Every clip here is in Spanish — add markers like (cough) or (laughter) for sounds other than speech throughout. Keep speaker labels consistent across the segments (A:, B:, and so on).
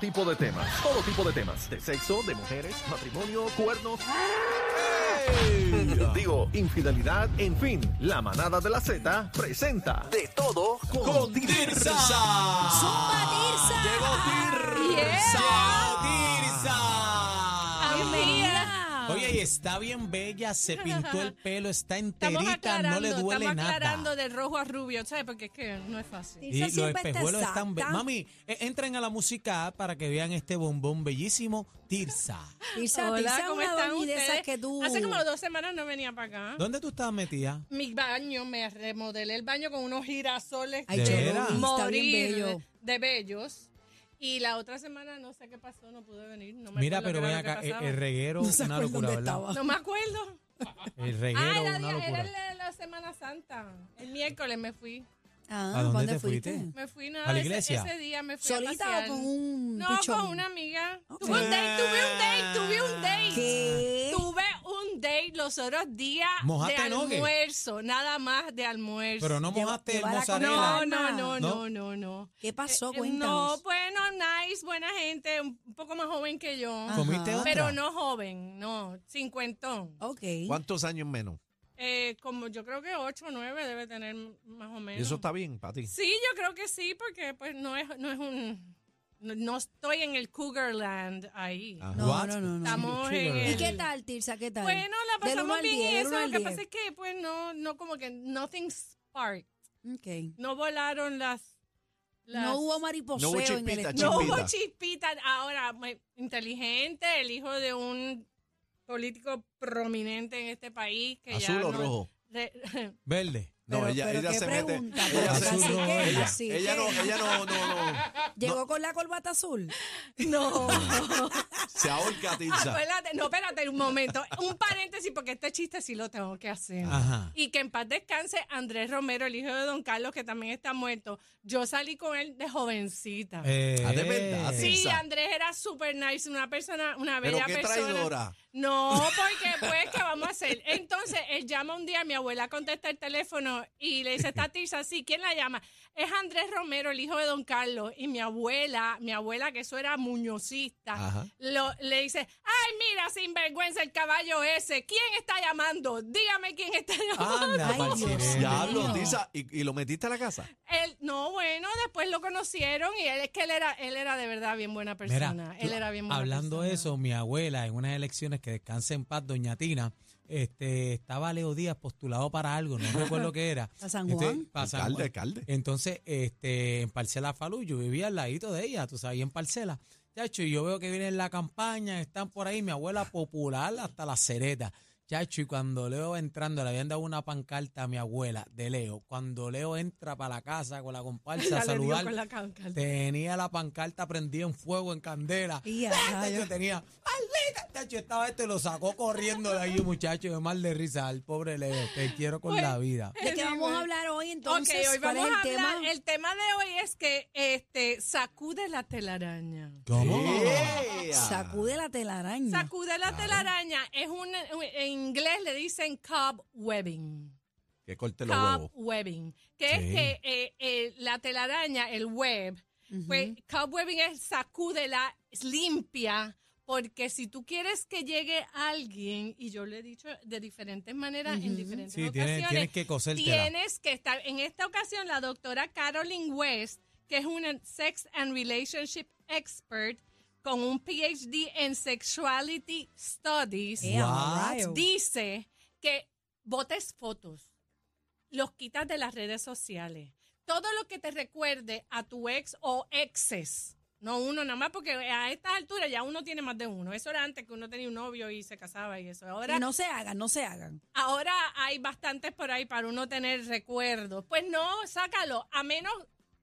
A: tipo de temas, todo tipo de temas, de sexo, de mujeres, matrimonio, cuernos, ¡Ey! digo, infidelidad, en fin, la manada de la Z presenta de todo con,
B: con Tirsa.
C: ¡Zumba, Tirsa!
B: Ah, Llegó Tirsa. Llegó
C: Bienvenida.
B: Tirsa. Oye, y está bien bella, se pintó el pelo, está
D: Estamos
B: enterita, no
D: aclarando,
B: le duele
D: estamos aclarando
B: nada.
D: de rojo a rubio, ¿sabes? Porque es que no es fácil.
B: Y
C: Tirsa
B: los
C: siempre está
B: espejuelos están be-
C: exacta.
B: Mami, eh, entren a la música para que vean este bombón bellísimo, Tirsa.
C: Tirsa, Tirsa es una doña de esas que tú...
D: Hace como dos semanas no venía para acá.
B: ¿Dónde tú estás metida?
D: Mi baño, me remodelé el baño con unos girasoles
C: Ay,
B: ¿De
C: Chelo,
B: veras?
C: está bien
D: morir
C: bello.
D: de bellos. Y la otra semana no sé qué pasó, no pude venir. No me
B: Mira, pero
D: acuerdo qué
B: ven
D: era
B: acá, eh,
D: lo
B: el,
D: que pasaba.
B: el
D: (laughs)
B: reguero,
C: No se
B: una
C: acuerdan
B: locura,
C: dónde
B: ¿verdad?
C: estaba.
D: No me acuerdo.
B: El
D: Ah,
B: reguero,
D: era,
B: una
D: día- era
B: locura.
D: la, la Semana Santa. El miércoles me fui.
C: Ah,
B: ¿A dónde
C: ¿dónde
B: te fuiste?
D: Me fui nada.
B: ¿A la
D: ese-
B: iglesia?
D: Ese, día me fui a
C: ¿Solita o
D: pasear.
C: con un
D: No,
C: pichón?
D: con una amiga.
C: Ok. Ah.
D: Tuve un date, tuve un date, tuve un date.
C: ¿Qué?
D: Tuve un date los otros días de
B: Mojate, ¿no? ¿Qué?
D: almuerzo, nada más de almuerzo.
B: Pero no
C: Lleva-
B: mojaste el
C: lleva la
B: mozzarella.
D: no,
C: Nela.
D: no,
B: ¿No?
D: no, no, no, no.
C: ¿Qué pasó?
D: Eh,
C: Cuéntanos.
D: no, bueno, nice, buena gente, un un poco más joven que yo.
C: Ajá.
B: ¿Comiste otra?
D: Pero no joven, no, cincuentón.
C: Ok.
E: ¿Cuántos años menos?
D: Eh, como yo creo que ocho o nueve debe tener más o menos.
E: Y eso está bien para ti.
D: Sí, yo creo que sí, porque pues no es, no es un... No, no estoy en el Cougarland ahí.
E: Ah.
C: No,
B: What?
C: no, no, no.
D: Estamos en
C: ¿Y
D: el-
C: qué tal, Tirsa? ¿Qué tal?
D: Bueno, la
C: Del uno
D: pasamos
C: al
D: bien
C: diez,
D: y
C: del
D: eso.
C: uno al
D: Lo que
C: diez.
D: pasa es que, pues, no, no, como que nothing spark.
C: Ok.
D: No volaron las. las-
C: No hubo mariposeo
E: No hubo
C: en el
E: chispita,
C: estudio.
D: no hubo
E: chispita.
D: chispita. Ahora, muy inteligente, el hijo de un político prominente en este país. Que
E: ¿Azul
D: ya
E: o
D: no-
E: rojo?
D: re- (laughs)
B: Verde.
E: No,
C: Pero-
E: ella,
C: pero
E: ella
C: qué
E: se mete.
C: pregunta,
E: Ella, se,
B: porque así que-
E: ella,
C: así
E: ella no,
C: que-
E: ella no, no, no.
C: Llegó con la corbata azul.
E: (laughs)
D: no.
E: Se ahorca Tirsa.
D: Acuérdate, no, espérate un momento. Un paréntesis, porque este chiste sí lo tengo que hacer.
B: Ajá.
D: Y que en paz descanse Andrés Romero, el hijo de Don Carlos, que también está muerto. Yo salí con él de jovencita.
B: Eh,
E: Ah, de verdad,
D: Sí,
E: Esa.
D: Andrés era super nice, una persona, una
E: Pero
D: bella
E: qué
D: persona.
E: traidora.
D: No, porque pues, ¿qué vamos a hacer? Entonces, él llama un día, mi abuela contesta el teléfono y le dice, está Tirsa, sí, ¿quién la llama? Es Andrés Romero, el hijo de Don Carlos. Y mi abuela, mi abuela, que eso era muñozista,
E: Ajá.
D: lo- le dice, ay, mira, sinvergüenza, el caballo ese, ¿quién está llamando? Dígame quién está llamando.
B: Anda,
C: Ay,
B: pa'l
C: Dios
B: sireno.
E: Diablo,
C: mío.
E: Tirsa. ¿Y, y lo metiste a la casa?
D: Él, no, bueno, después lo conocieron y él es que él era, él era de verdad bien buena
B: Mira,
D: persona. él
B: yo-
D: era bien buena
B: Hablando de
D: persona.
B: eso, mi abuela, en unas elecciones que descanse en paz, doña Tina, este, estaba Leo Díaz postulado para algo, no recuerdo qué
D: (laughs)
B: era.
C: ¿A San
B: Este,
C: Juan?
B: para San
E: Alcalde,
B: Juan.
E: alcalde.
B: Entonces, este, en Parcela Falú, yo vivía al ladito de ella, tú sabes, en Parcela. Chacho, y yo veo que vienen la campaña, están por ahí, mi abuela popular hasta la cereta. Chacho, y cuando Leo va entrando, le habían dado una pancarta a mi abuela de Leo. Cuando Leo entra para la casa con la
D: (laughs) Ya
B: comparsa a
D: le digo
B: saludar,
D: con la canca.
B: tenía la pancarta prendida en fuego, en candela.
C: Y a
B: Yo
C: rayos.
B: tenía, maldita, tacho, estaba este, lo sacó corriendo de ahí, muchacho, de mal de risa, al pobre Leo, te quiero con la vida.
C: ¿De Pues, qué vamos a hablar hoy entonces?
D: ok, hoy
C: ¿Cuál es
D: vamos
C: el
D: a hablar.
C: tema?
D: El tema de hoy es que este, sacude la telaraña.
B: ¿Cómo?
E: ¡Ea!
C: Sacude la
B: Mm.
C: telaraña.
D: Sacude la telaraña es un. En inglés le dicen cobwebbing.
E: Que corte los huevos.
D: Cobwebbing. Que
B: Sí.
D: es que eh, eh, la telaraña, el web,
C: Ujú.
D: pues cobwebbing es sacúdela, es limpia. Porque si tú quieres que llegue alguien, y yo le he dicho de diferentes maneras, en
C: Ujú.
D: diferentes
B: Sí,
D: ocasiones,
B: tienes, tienes que cosértela.
D: Tienes que estar. En esta ocasión, la doctora Carolyn West, que es una sex and relationship expert con un PhD en sexuality studies,
C: Eh, a
B: What?
C: rayos.
D: dice que botes fotos, los quitas de las redes sociales. Todo lo que te recuerde a tu ex o exes. No uno nada más, porque a estas alturas ya uno tiene más de uno. Eso era antes que uno tenía un novio y se casaba y eso. Ahora
C: Y no se hagan, no se hagan.
D: Ahora hay bastantes por ahí para uno tener recuerdos. Pues no, sácalo. A menos,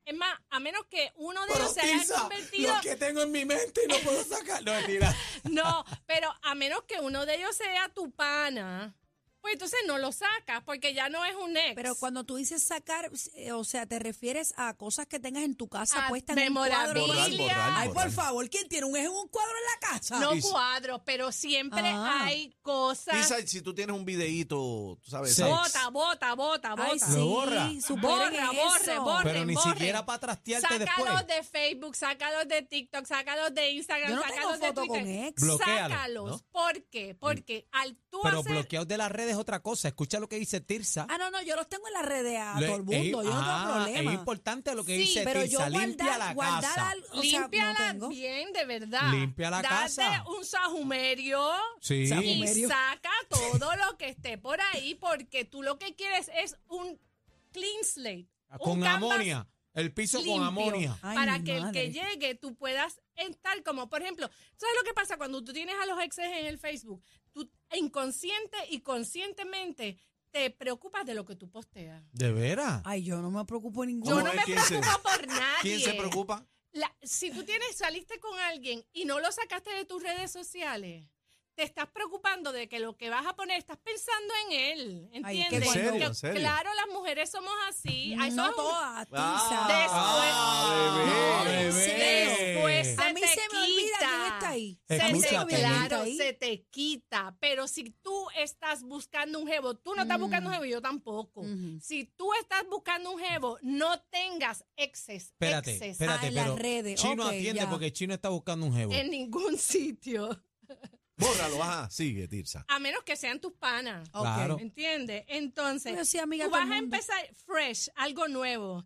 D: es más, a menos que uno de
B: Pero,
D: los se haya
B: Tirsa,
D: convertido.
B: lo que tengo en mi mente y no puedo
C: (laughs)
B: sacarlo. No, mentira.
D: No, pero a menos que uno de ellos sea tu pana. Pues entonces no lo sacas porque ya no es un ex.
C: Pero cuando tú dices sacar, eh, o sea, te refieres a cosas que tengas en tu casa
D: Ah,
C: puestas en un cuadro.
D: memorabilia.
E: Borrar, borrar,
C: Ay, por
E: borrar.
C: favor, ¿quién tiene un, es un cuadro en la casa?
D: no
E: y si-
D: cuadros, pero siempre
C: Ah.
D: hay cosas.
E: Quizás si tú tienes un videíto, tú sabes,
B: Sí.
E: ¿sabes?
D: Bota, bota, bota, bota.
C: Ay, sí,
B: Lo borra.
C: superen
D: Borra, borre,
C: eso.
D: borre.
B: Pero ni
D: borren.
B: siquiera para trastearte después.
D: Sácalos de Facebook, sácalos de TikTok, sácalos de Instagram,
C: Yo no tengo
D: sácalos de
C: foto
D: Twitter.
C: con ex.
B: Bloquéalo,
D: sácalos.
B: ¿no? Mm.
D: ¿Por qué? Porque al tú
B: Pero
D: hacer-
B: bloqueados de las redes es otra cosa. Escucha lo que dice Tirsa.
C: Ah, no, no, yo los tengo en las redes a
B: Lo-
C: todo el mundo.
B: es-
C: yo no tengo
B: ah,
C: problema.
B: Es importante lo que
D: Sí,
B: dice
C: pero yo
B: Tirsa. Limpia
C: guardar,
B: la
C: guardar
B: casa.
C: al- o sea, no
D: Límpiala
C: tengo.
D: bien, de verdad.
B: Limpia la
D: Date
B: casa.
D: un sajumerio
B: Sí.
D: y
C: Sajumerio.
D: saca todo lo que esté por ahí porque tú lo que quieres es un clean slate. un
B: Ah, Con
D: canvas
B: amonia. El piso con
D: limpio
B: amonia.
C: Ay,
D: para
C: mi
D: que el
C: madre.
D: que llegue tú puedas estar como, por ejemplo, ¿sabes lo que pasa cuando tú tienes a los exes en el Facebook? Tú inconsciente y conscientemente te preocupas de lo que tú posteas.
B: De veras.
D: Ah,
C: Ay, yo no me preocupo de ninguno.
D: Yo no
E: es?
D: me
E: ¿Quién se-
D: preocupo por nadie.
E: (laughs) ¿Quién se preocupa?
D: La- si tú tienes, saliste con alguien y no lo sacaste de tus redes sociales, te estás preocupando de que lo que vas a poner, estás pensando en él.
C: Ay,
D: ¿Entiendes?
C: ¿en serio?
D: Porque,
E: ¿En serio?
D: Claro, las mujeres somos así. Ay,
C: no
D: somos un-
C: todas,
E: Ah,
D: Ah,
C: bebé,
B: bebé.
D: Después se
C: Tiza. A mí
D: te
C: se me olvida
D: quita.
C: quién está ahí.
D: Se
C: A mí se me
B: Escúchate.
C: olvida
D: te,
C: quién está
D: claro,
C: ahí.
D: se te quita, pero si tú estás buscando un jevo, tú no estás
C: Mm.
D: buscando un jevo, yo tampoco.
C: Ujú.
D: Si tú estás buscando un jevo, no tengas exes,
B: Espérate,
D: exes
B: espérate,
C: Ah, en las
B: pero
C: redes,
B: Chino
C: ok,
B: atiende
C: ya.
B: porque Chino está buscando un jevo.
D: ah, en ningún (laughs) sitio,
E: Bórralo, ajá. Sigue, Tirsa.
D: a menos que sean tus panas.
C: Ok.
B: Claro.
D: ¿Entiendes? Entonces,
C: Yo soy amiga
D: tú
C: de Pues, todo
D: vas
C: el
D: a
C: mundo.
D: empezar fresh, algo nuevo,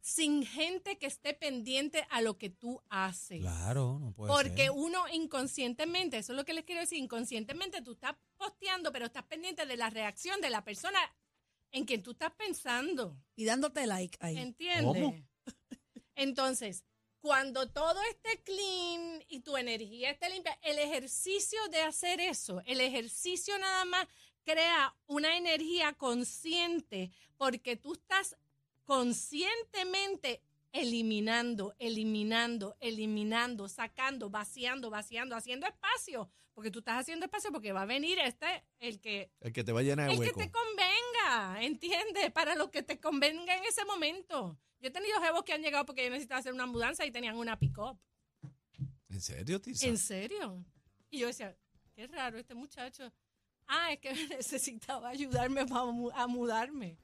D: sin gente que esté pendiente a lo que tú haces.
B: Claro, no puede
D: Porque
B: ser.
D: uno inconscientemente, eso es lo que les quiero decir, inconscientemente tú estás posteando, pero estás pendiente de la reacción de la persona en quien tú estás pensando.
C: Y dándote like ahí.
D: ¿Entiendes?
E: ¿Cómo?
D: Entonces, cuando todo esté clean y tu energía esté limpia, el ejercicio de hacer eso, el ejercicio nada más crea una energía consciente porque tú estás conscientemente eliminando, eliminando, eliminando, sacando, vaciando, vaciando, haciendo espacio, porque tú estás haciendo espacio porque va a venir este, el que
E: El que te va a llenar de
D: el que
E: hueco.
D: te convenga, ¿entiendes? Para lo que te convenga en ese momento. Yo he tenido jevos que han llegado porque yo necesitaba hacer una mudanza y tenían una pick-up.
E: ¿En serio, Tirsa?
D: ¿En serio? Y yo decía, qué raro este muchacho. Ah, es que (laughs) necesitaba ayudarme para mu- a mudarme.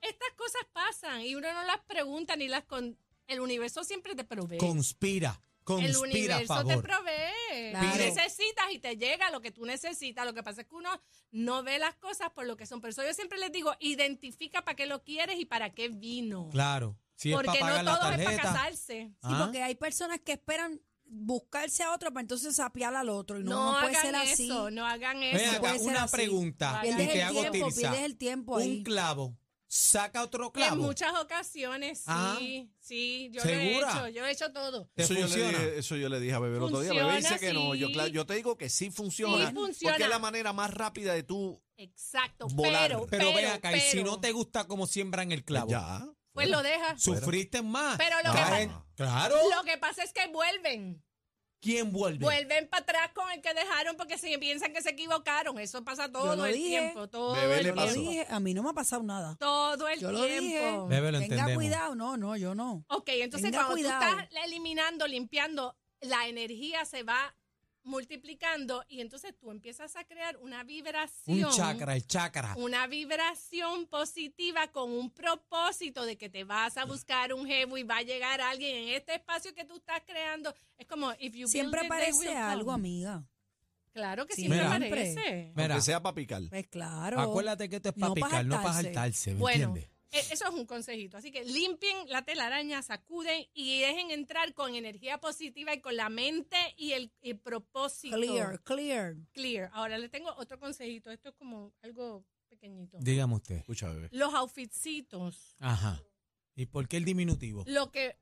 D: Estas cosas pasan y uno no las pregunta ni las con... El universo siempre te provee.
B: Conspira,
D: el
B: conspira a
D: universo te
B: favor.
D: provee.
C: Claro.
D: Tú necesitas y te llega lo que tú necesitas. Lo que pasa es que uno no ve las cosas por lo que son. Por eso yo siempre les digo, identifica para qué lo quieres y para qué vino.
B: Claro. Si es
D: Porque
B: para pagar
D: no
B: la
D: todo es para
B: tarjeta.
D: casarse.
C: Sí,
B: Ah.
C: porque hay personas que esperan buscarse a otro para entonces sapear al otro. Y no,
D: No,
C: no puede ser
D: hagan
C: así.
D: eso, no hagan
B: Ven
D: eso.
B: acá,
C: puede ser
B: una
C: así.
B: pregunta
D: Pierdes
B: y te
D: el
B: hago
C: tiempo,
B: Tirsa.
C: pierdes el tiempo ahí.
B: Un clavo saca otro
D: En
B: clavo.
D: muchas ocasiones, sí,
B: Ah.
D: sí, yo
B: ¿Segura?
D: lo he hecho, yo he hecho todo.
B: ¿Te
E: Eso yo, le
B: funciona?
E: dije, eso yo le dije a Bebé el otro día. Bebé dice
D: Funciona,
E: que no. Yo,
D: sí.
E: claro, yo te digo que sí funciona.
D: Sí, funciona.
E: Porque es la manera más rápida de tú.
D: Exacto,
E: Volar.
D: pero,
B: Pero,
D: pero,
B: ve acá, y si
D: pero,
B: no te gusta cómo siembran el clavo,
E: Ya.
D: pues lo dejas.
B: sufriste más.
D: Pero lo
E: que
B: La
E: pa-
B: gente- claro.
D: Lo que pasa es que vuelven.
B: ¿Quién vuelve?
D: Vuelven para atrás con el que dejaron porque se piensan que se equivocaron. Eso pasa todo
C: lo
D: el
C: dije.
D: tiempo, todo
E: Bebé
D: el
E: le
C: Yo lo
E: pasó.
D: tiempo.
C: dije, a mí no me ha pasado nada.
D: Todo el
C: Yo lo
D: tiempo.
B: dije. Bebe, lo
C: Tenga
B: entendemos.
C: cuidado. No, no, yo no.
D: Ok, entonces
C: Tenga
D: cuando
C: cuidado.
D: tú estás eliminando, limpiando, la energía se va multiplicando y entonces tú empiezas a crear una vibración.
B: Un chakra, el chakra.
D: Una vibración positiva con un propósito de que te vas a buscar un jevo y va a llegar alguien en este espacio que tú estás creando. Es como, if you build
C: Siempre
D: it, they will
C: aparece
D: come.
C: algo, amiga.
D: Claro que
C: Sí,
D: siempre
B: mira.
D: aparece.
B: Mira,
E: Que sea para picar.
C: Pues claro.
B: acuérdate que esto es para
C: No pa'
B: picar, no para
C: saltarse.
B: saltarse, ¿me
D: Bueno,
B: entiendes?
D: e- eso es un consejito. Así que limpien la telaraña, sacuden y dejen entrar con energía positiva y con la mente y el, el propósito.
C: Clear, clear.
D: Clear. Ahora les tengo otro consejito. Esto es como algo pequeñito.
B: Dígame usted.
E: Escucha, Bebé.
D: Los outfitsitos.
B: Ajá. ¿Y por qué el diminutivo?
D: Lo que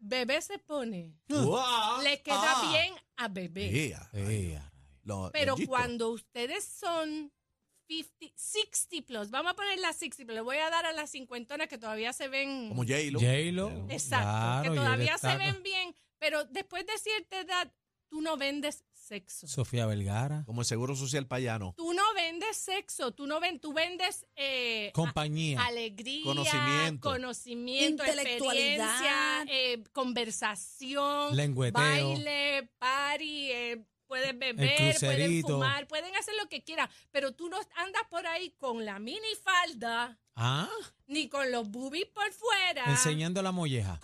D: bebé se pone
E: Guau.
D: le queda
E: Ah.
D: bien a bebé.
E: Yeah.
B: Eh, a rayos.
E: Lo-
D: Pero
E: los discos.
D: cuando ustedes son 50, 60 plus, vamos a poner las 60 plus, le voy a dar a las cincuentonas que todavía se ven.
E: Como J-Lo.
B: J-Lo.
D: Exacto,
B: Claro,
D: que
B: y él
D: todavía
B: está-
D: se ven bien, pero después de cierta edad tú no vendes sexo.
B: Sofía Vergara.
E: Como el seguro social payano.
D: Tú no vendes sexo, tú no ven, tú vendes eh,
B: Compañía.
D: a- alegría,
E: Conocimiento.
D: conocimiento,
C: Intelectualidad.
D: experiencia, eh, conversación,
B: Lengüeteo.
D: baile, party, eh, puedes beber, pueden
B: crucerito.
D: fumar, pueden hacer lo que quieran, pero tú no andas por ahí con la minifalda
B: Ah,
D: ni con los boobies por fuera,
B: enseñando la molleja.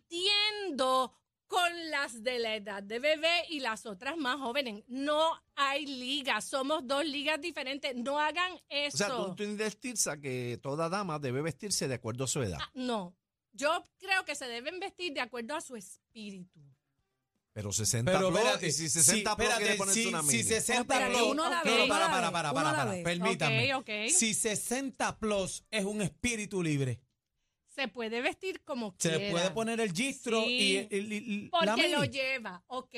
D: compitiendo con las de la edad de bebé y las otras más jóvenes. No hay ligas, somos dos ligas diferentes. No hagan
E: O
D: eso.
E: sea, tú, tú indestirse a que toda dama debe vestirse de acuerdo a su edad.
D: Ah, No. Yo creo que se deben vestir de acuerdo a su espíritu.
E: Pero 60 plus, y si 60 plus quiere ponerse una mini.
B: 60
C: Espérate,
B: plus-
C: uno a la
B: no, no,
D: vez,
B: para,
D: uno
B: para,
D: a la
B: para, para,
C: vez, uno a la
B: para,
C: vez.
B: Permítame.
D: Ok, ok.
B: Si 60 plus es un espíritu libre,
D: Se puede vestir como
B: se
D: quiera.
B: puede poner el gistro
D: Sí.
B: y, y- y- y- la
D: Porque
B: mini.
D: lo lleva, ok.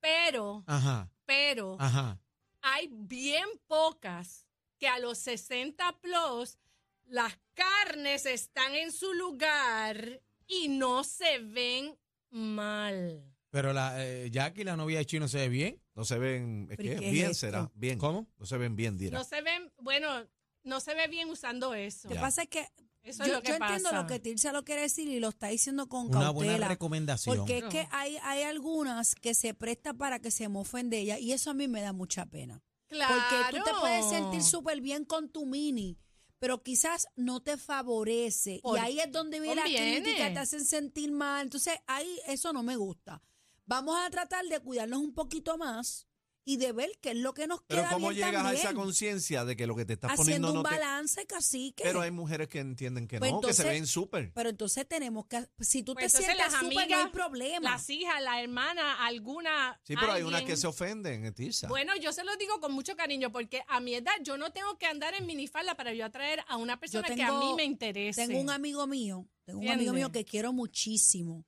D: Pero,
B: Ajá,
D: pero,
B: ajá.
D: hay bien pocas que a los 60 plus las carnes están en su lugar y no se ven mal.
B: Pero la eh, Jackie, la novia de Chino, se ve bien.
E: No se ven, es
C: Pero
E: que
C: ¿qué es
E: bien
C: esto?
E: será, bien.
B: ¿Cómo?
E: No se ven bien, dirá.
D: No se ven, bueno, no se ve bien usando eso.
C: Lo que pasa es que
D: Eso
C: yo,
D: es lo que
C: yo entiendo
D: pasa.
C: lo que Tirsa lo quiere decir y lo está diciendo con
B: Una buena
C: cautela.
B: recomendación.
C: Porque es que
D: No.
C: hay, hay algunas que se presta para que se mofen de ella y eso a mí me da mucha pena.
D: Claro.
C: Porque tú te puedes sentir súper bien con tu mini, pero quizás no te favorece.
D: Por-
C: y ahí es donde viene
D: conviene.
C: la crítica, te hacen sentir mal. Entonces, ahí eso no me gusta. Vamos a tratar de cuidarnos un poquito más y de ver qué es lo que nos
E: Pero
C: queda
E: ¿cómo
C: bien
E: llegas a
C: también.
E: esa conciencia de que lo que te estás
C: Haciendo
E: poniendo
C: un
E: no te...
C: balance, cacique.
E: Pero hay mujeres que entienden que
C: Pues
E: no, que
C: entonces-
E: se ven súper.
C: Pero entonces tenemos que... Si tú
D: Pues
C: te sientes
D: entonces las
C: súper, no hay
D: amigas,
C: problema.
D: Las hijas, la hermana, alguna.
E: Sí, pero hay unas
D: alguien.
E: que se ofenden, Tirsa.
D: Bueno, yo se lo digo con mucho cariño porque a mi edad yo no tengo que andar en minifalda para yo atraer a una persona que a
C: tengo-
D: mí me interese.
C: Tengo un amigo mío, tengo un amigo
D: ¿Entiende?
C: mío que quiero muchísimo.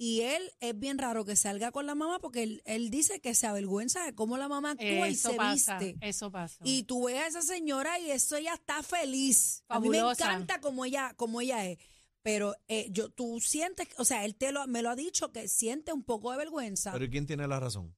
C: Y él es bien raro que salga con la mamá porque él, él dice que se avergüenza de cómo la mamá actúa y
D: eso
C: se
D: pasa,
C: viste.
D: eso pasa.
C: Y tú ves a esa señora y eso ella está feliz. A mí me
D: Fabulosa.
C: encanta como ella, como ella es. Pero eh, yo, tú sientes, o sea, él te lo, me lo ha dicho que siente un poco de vergüenza.
E: Pero ¿y quién tiene la razón?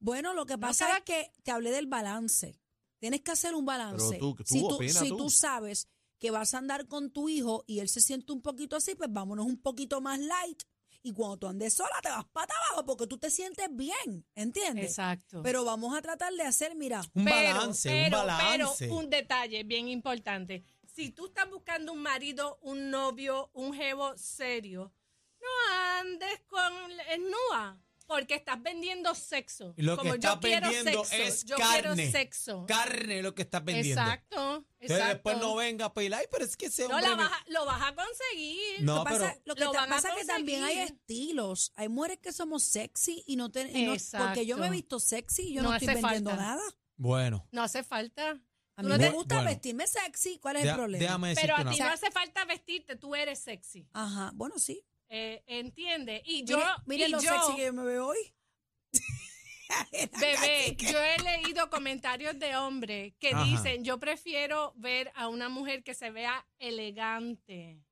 C: Bueno, lo que pasa
D: cada-
C: es que te hablé del balance. Tienes que hacer un balance.
E: Pero tú- tú
C: si, tú,
E: opina,
C: si
E: tú.
C: tú sabes que vas a andar con tu hijo y él se siente un poquito así, pues vámonos un poquito más light. Y cuando tú andes sola, te vas para abajo porque tú te sientes bien, ¿entiendes?
D: Exacto.
C: Pero vamos a tratar de hacer, mira,
B: un
D: Pero,
B: balance, un
D: pero,
B: balance.
D: Pero un detalle bien importante. Si tú estás buscando un marido, un novio, un jevo serio, no andes con el NUA. Porque estás vendiendo sexo.
B: Y Lo
D: Como
B: que estás
D: yo quiero
B: vendiendo
D: sexo,
B: es
D: yo
B: carne.
D: quiero sexo.
B: Carne es lo que estás vendiendo.
D: Exacto,
B: Entonces
D: exacto.
B: después no venga a pedir, ay, pero es que ese
D: No,
B: hombre...
D: la
B: me-
D: vas a- lo vas a conseguir.
B: No,
C: lo que pasa-
B: pero-
C: lo que
D: Lo
C: ta-
D: van a
C: pasa es que también hay
D: conseguir.
C: estilos. Hay mujeres que somos sexy y no tenemos. Porque yo me he
D: Exacto.
C: visto sexy y yo no,
D: No
C: estoy
D: hace
C: vendiendo
D: falta.
C: nada.
B: Bueno,
D: No hace falta.
C: A
D: Tú
C: mí
D: no
C: me
D: te-
C: gusta
B: Bueno.
C: vestirme sexy. ¿Cuál es
B: dea-
C: el problema?
B: déjame decirte
D: Pero a
B: una
D: ti no hace falta vestirte, tú eres sexy.
C: Ajá, bueno, sí.
D: Eh, ¿Entiendes? Y yo,
C: mire, mire
D: y
C: lo
D: yo,
C: sexy que yo me veo hoy. (laughs)
D: bebé, yo he leído comentarios de hombres que
B: Ajá.
D: dicen, yo prefiero ver a una mujer que se vea elegante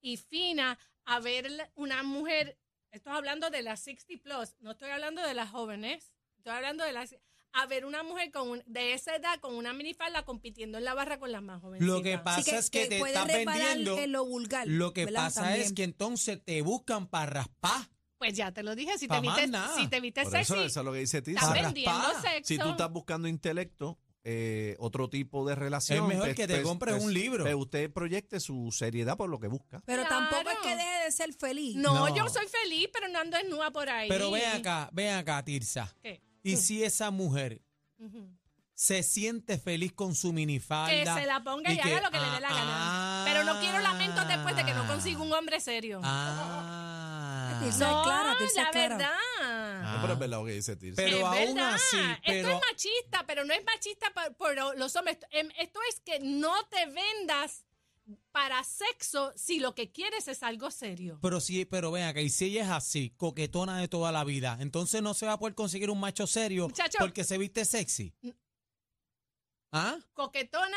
D: y fina a ver la- una mujer, estoy hablando de las 60 plus, no estoy hablando de las jóvenes, estoy hablando de las... A ver una mujer con un- de esa edad con una minifalda compitiendo en la barra con las más jóvenes.
B: Lo que pasa
C: Así
B: es que, te
C: puede
B: estás
C: reparar
B: vendiendo.
C: en lo vulgar.
B: Lo que
C: ¿verdad?
B: pasa
C: También.
B: es que entonces te buscan para raspar.
D: Pues ya te lo dije, si
B: Pa'
D: te viste,
B: más nada.
D: si te viste
E: Por eso,
D: sexy,
E: eso es lo que dice
D: estás
E: Tirsa.
B: Para
D: vendiendo
B: raspar.
D: sexo.
E: Si tú estás buscando intelecto, eh, otro tipo de relación.
B: Es mejor que te compres un libro.
E: pues usted proyecte su seriedad por lo que busca.
C: Pero tampoco es
D: Claro.
C: que deje de ser feliz.
D: No,
B: No.
D: yo soy feliz, pero no ando desnuda por ahí.
B: Pero ven acá, ven acá, Tirsa.
D: ¿Qué?
B: Y si esa mujer
D: Ujú.
B: se siente feliz con su
D: Que
B: minifalda.
D: se la ponga y, haga lo que le dé la gana.
B: ah,
D: pero no quiero lamentos después de que no consigo un hombre serio.
B: Ah.
C: Tirsa,
D: no,
C: Clara, Tirsa,
D: la
C: Clara.
D: verdad.
B: Ah.
E: No, pero es verdad lo que dice Tirsa.
B: Pero
D: Es
B: aún
D: verdad.
B: así, pero-
D: Esto es machista, pero no es machista pa- por, los hombres. Esto- em, Esto es que no te vendas para sexo si lo que quieres es algo serio.
B: Pero sí, pero ven acá, y si ella es así, coquetona de toda la vida, entonces no se va a poder conseguir un macho serio
D: Muchacho. Mm.
B: porque se viste sexy. ¿Ah?
D: Coquetona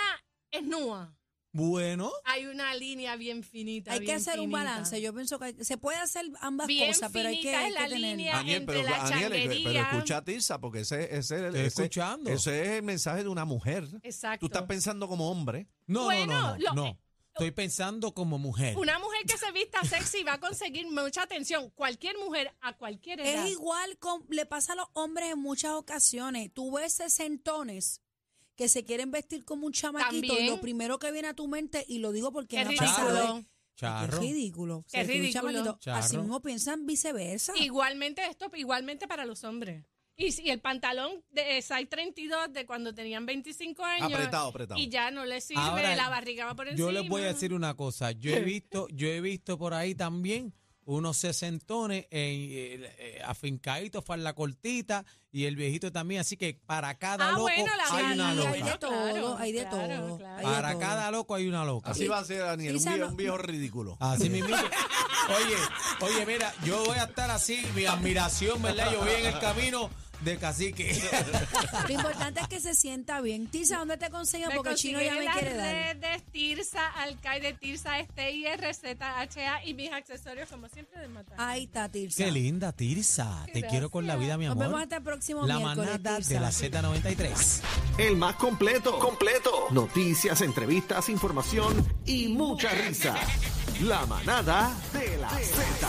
D: es nua.
B: Bueno,
D: Hay una línea bien finita.
C: Hay que
D: bien
C: hacer un
D: finita.
C: balance. Yo pienso que hay- se puede hacer ambas
D: Bien
C: cosas, pero hay que,
D: finita
C: hay
D: es la
C: que tener-
D: línea.
E: Aniel,
D: entre
E: pero,
D: la
E: Aniel, eh, pero
D: changuería-
E: escucha a Tirsa, porque ese, ese,
B: Estoy
E: ese-
B: escuchando.
E: ese es el mensaje de una mujer.
D: Exacto.
E: Tú estás pensando como hombre.
B: no,
D: Bueno,
B: no, no, no,
D: lo-
B: no. Estoy pensando como mujer.
D: Una mujer que se vista sexy va a conseguir mucha atención. Cualquier mujer a cualquier edad.
C: Es igual, con, le pasa a los hombres en muchas ocasiones. Tú ves sesentones que se quieren vestir como un chamaquito y
D: También.
C: lo primero que viene a tu mente, y lo digo porque
D: Es
C: me ha pasado,
D: ridículo.
C: es,
B: Charro.
C: "Qué ridículo. se
D: Qué
C: viste un
D: ridículo.
C: chamaquito". Así
B: Charro.
C: mismo piensan viceversa.
D: Igualmente esto, pues, igualmente para los hombres. Y, si- y el pantalón de eh, size 32 de cuando tenían 25 años.
E: Apretado, apretado.
D: Y ya no le sirve,
B: Ahora,
D: la barriga va por encima.
B: Yo les voy a decir una cosa. Yo he visto, yo he visto por ahí también unos sesentones eh, eh, eh, afincaditos, falda cortita y el viejito también. Así que para cada
D: Ah,
B: loco
D: bueno, la
B: hay
D: verdad,
B: una
C: hay
D: sí, loca.
C: de
B: loca.
C: todo,
D: Claro,
C: hay de
D: claro,
C: todo.
D: claro.
C: hay de
B: Para
C: todo.
B: cada loco hay una loca.
E: Así va a ser Aniel, un
C: Tirsa,
E: viejo,
C: no-
E: un viejo ridículo.
B: Así mismo. Oye, oye, mira, yo voy a estar así, mi admiración, ¿verdad? Yo voy en el camino de cacique.
C: Lo importante es que se sienta bien. Tisa, ¿dónde te consiguen?
D: Me
C: Porque Chino ya
D: consiguen
C: me
D: en
C: quiere
D: las
C: dar.
D: redes Tirsa, Alcaide, Tirsa, este i r z h a y mis accesorios, como siempre, de matar.
C: Ahí está, Tirsa.
B: (laughs) Qué linda, Tirsa. Te quiero con la vida, mi
C: Nos
B: amor.
C: vemos hasta el próximo
B: La
C: miércoles,
B: manada de
C: Tirsa.
B: la Z93.
A: El más completo. Completo. Noticias, entrevistas, información y mucha risa. La manada de la Z.